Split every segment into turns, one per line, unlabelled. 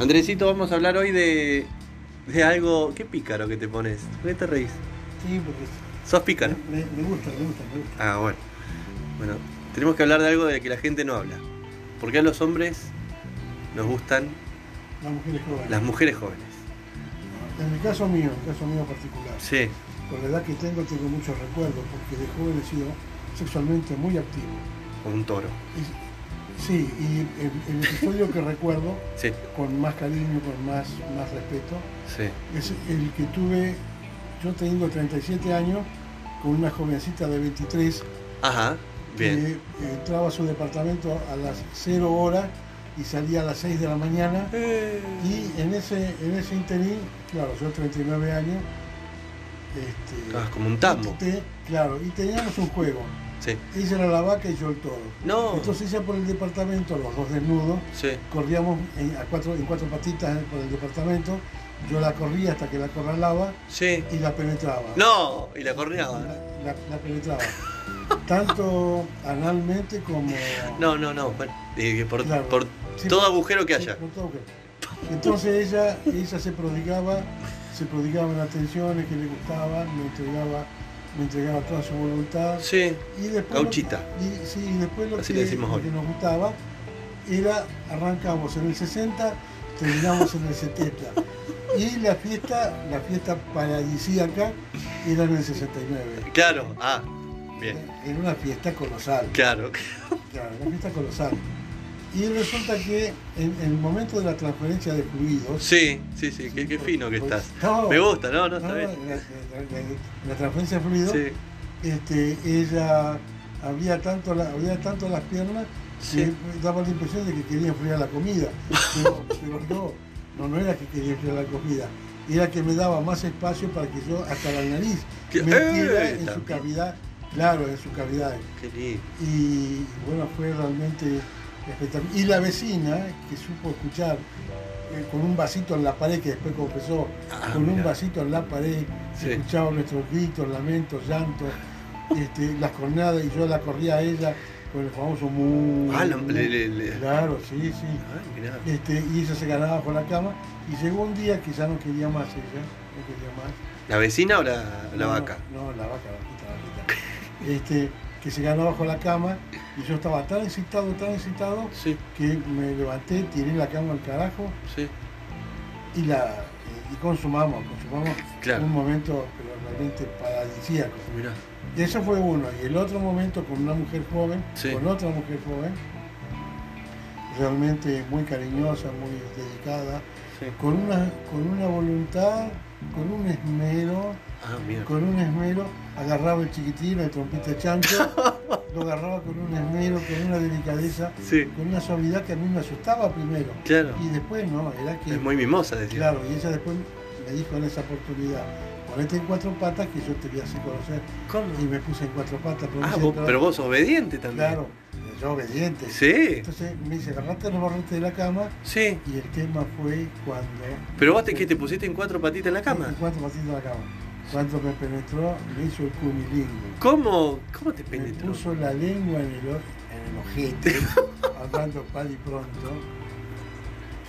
Andresito, vamos a hablar hoy de, de algo. Qué pícaro que te pones. ¿Por qué te reís?
Sí, porque
¿Sos pícaro?
me, me gusta, me gusta, me gusta.
Ah, bueno. Bueno, tenemos que hablar de algo de que la gente no habla. ¿Por qué a los hombres nos gustan
Las mujeres jóvenes.
las mujeres jóvenes?
En mi caso mío, en el caso mío particular,
Sí,
por la edad que tengo tengo muchos recuerdos, porque de joven he sido sexualmente muy activo.
como un toro.
Y- sí, y el, el episodio que recuerdo
Sí,
con más cariño, con más, más respeto,
sí.
es el que tuve, yo tengo 37 años, con una jovencita de 23
Ajá, bien.
que entraba a su departamento a las 0 horas y salía a las 6 de la mañana.
Eh.
Y en ese, en ese interín, claro, yo 39 años, este,
Ah, como un tambo.
te- claro, y teníamos un juego.
Sí.
Ella era la vaca y yo el toro.
No.
Entonces ella por el departamento, los dos desnudos,
Sí.
corríamos en, a cuatro, en cuatro patitas por el departamento, yo la corría hasta que la corralaba
Sí.
y la penetraba.
No, y la corría.
La, la penetraba. Tanto analmente como...
No, no, no. Bueno, eh, por,
Claro.
por
Sí,
todo
por-
agujero que
Sí,
haya.
por todo agujero. Entonces ella, ella se prodigaba, se prodigaba en atenciones que le gustaban, me entregaba, me entregaba toda su voluntad.
Sí.
Y después
Gauchita.
Lo, y, sí, y después lo
Así
que,
le decimos
lo
hoy.
que nos gustaba era, arrancamos en el 60, terminamos en el 70. Y la fiesta, la fiesta paradisíaca era en el 69.
Claro. Ah, bien.
Era una fiesta colosal.
Claro.
Claro, una fiesta colosal. Y resulta que en, en el momento de la transferencia de fluidos.
Sí, sí, sí. Qué, qué
por-
fino que
por-
estás.
No,
Me gusta, no, no,
no,
está
la,
bien.
la- la- la transferencia de fluidos,
Sí.
este, ella abría tanto, la- abría tanto las piernas que
Sí.
daba la impresión de que quería enfriar la comida. Pero, pero no, no, no era que quería enfriar la comida. Era que me daba más espacio para que yo hasta la nariz
Que-
metiera
¡Eh!
en su
También.
cavidad, claro, en su cavidad
Qué lindo.
y bueno, fue realmente espectacular. Y la vecina, eh, que supo escuchar eh, con un vasito en la pared, que después confesó,
Ah,
con un
mirá.
vasito en la pared,
Sí.
se escuchaban nuestros gritos, lamentos, llantos, este, las cornadas, y yo la corría a ella con el famoso mu.
Ah, la- le- le- le-
Claro, sí, sí.
Ay, Ah, mirá.
Este, y ella se ganaba por la cama, y llegó un día que ya no quería más ella, no quería más.
¿La vecina o la, la
No,
vaca?
No, la vaca, vaquita, vaquita. Este, que se ganó bajo la cama y yo estaba tan excitado, tan excitado,
Sí,
que me levanté, tiré la cama al carajo
sí.
y la y consumamos, consumamos
Claro.
un momento pero realmente paradisíaco.
Mirá.
Y eso fue uno. Y el otro momento con una mujer joven,
Sí.
con otra mujer joven, realmente muy cariñosa, muy dedicada,
Sí.
con una, con una voluntad, con un esmero,
Ah, mira.
con un esmero, agarraba el chiquitín, el trompita chancho, lo agarraba con un esmero, con una delicadeza,
Sí.
con una suavidad que a mí me asustaba primero.
Claro.
Y después no, era que.
Es muy mimosa, decía.
Claro, y ella después me dijo en esa oportunidad, ponete en cuatro patas que yo te voy a hacer conocer. Y me puse en cuatro patas. me
Ah,
hice
vos-
entrar-
pero vos obediente también.
Claro, yo obediente.
Sí,
Entonces me dice, agarrate los barretes de la cama.
sí.
Y el tema fue cuando.
Pero vos te, que te pusiste en cuatro patitas en la cama.
En cuatro patitas de la cama. Cuando me penetró, me hizo el cunilingo.
¿Cómo? ¿Cómo te
Me
penetró?
puso la lengua en el, o- en el ojete, hablando pal y pronto,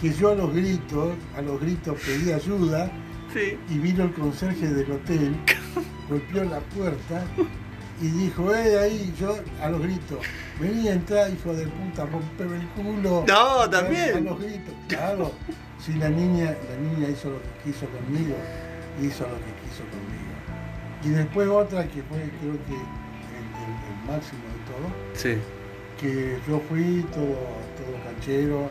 que yo a los gritos, a los gritos pedí ayuda
Sí.
y vino el conserje del hotel, golpeó la puerta y dijo, eh, ahí, yo a los gritos, vení a entrar, hijo de puta, rompeme el culo.
No,
A
también.
los gritos, claro. Si la niña, la niña hizo lo que quiso conmigo, hizo lo que quiso conmigo. Y después otra que fue creo que el, el- el máximo de todo,
Sí.
que yo fui todo, todo canchero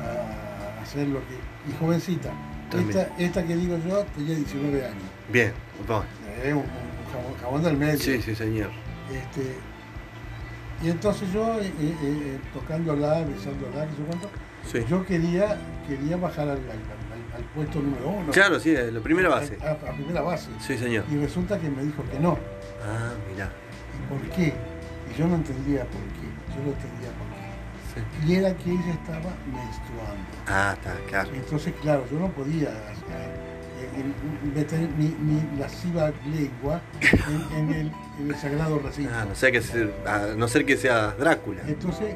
a hacer lo que. Y jovencita.
También.
Esta, esta que digo yo tenía 19 años.
Bien. Bueno.
Eh, un, un jabón, jabón del medio.
Sí, sí, señor.
Este, y entonces yo, eh, eh, eh, tocándola, besándola, qué sé cuánto,
Sí.
yo quería, quería bajar al, al- al- al puesto número uno.
Claro, sí, la primera base.
A, a primera base.
Sí, señor.
Y resulta que me dijo que no.
Ah, mirá.
¿Y por qué? Y yo no entendía por qué. Yo no entendía por qué.
Sí.
Y era que ella estaba menstruando.
Ah, está, claro.
Entonces, claro, yo no podía eh, eh, meter mi, mi lasciva lengua en, en el, en el sagrado recinto.
Ah, no, sea que se- a ah, no ser que sea Drácula.
Entonces,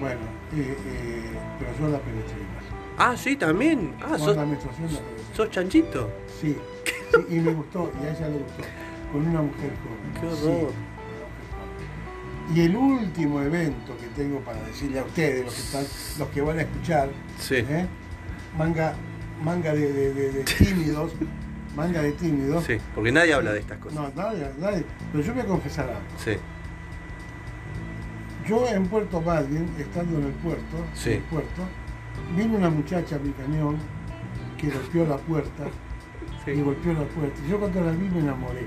bueno, eh, eh, pero yo la penetré igual.
Ah, sí, también. Ah,
Cuando
sos,
la menstruación la cabeza.
sos chanchito.
Sí, sí, y me gustó, y a ella le gustó, con una mujer joven.
Qué
Sí,
horror.
una mujer joven. Y el último evento que tengo para decirle a ustedes, los que, están, los que van a escuchar,
Sí.
¿eh? manga, manga de, de- de- de tímidos, manga de tímidos.
Sí, porque nadie habla de estas cosas.
No, nadie, nadie. Pero yo voy a confesar algo.
Sí,
Yo en Puerto Madryn, estando en el puerto,
Sí.
en el puerto, vino una muchacha a mi cañón que golpeó la puerta. y
sí.
golpeó la puerta. Yo cuando la vi me enamoré.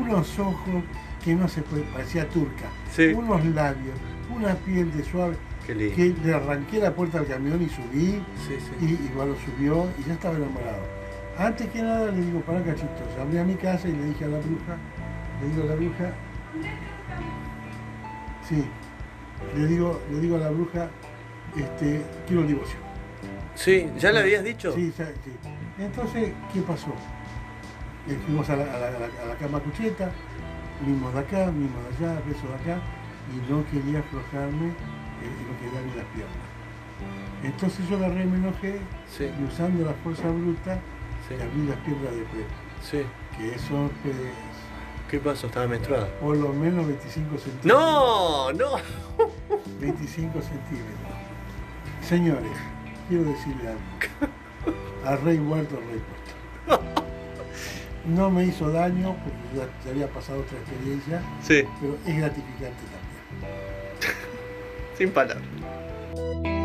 Unos ojos que no se puede, parecía turca.
Sí.
Unos labios, una piel de suave,
Qué lindo.
que le arranqué la puerta al camión y subí,
Sí, sí.
y, y bueno, subió y ya estaba enamorado. Antes que nada le digo, para cachito, llamé a mi casa y le dije a la bruja, le digo a la bruja, sí, le digo, le digo a la bruja, este, quiero el divorcio.
Sí, ¿ya le habías dicho?
Sí, ya- sí. Entonces, ¿qué pasó? Eh, fuimos a la, a la- a la- a la cama cucheta, mimos de acá, mimos de allá, besos de acá, y no quería aflojarme, eh, no quería abrir las piernas. Entonces yo agarré, me enojé,
Sí,
y usando la fuerza bruta,
sí,
le abrí las piernas de frente,
sí.
que eso es
¿Qué pasó? Estaba menstruada.
por lo menos 25 centímetros.
No, no.
25 centímetros. Señores, quiero decirle algo. Al rey muerto, al rey puesto. No me hizo daño porque ya, ya había pasado otra experiencia,
Sí,
pero es gratificante también.
sin palabras.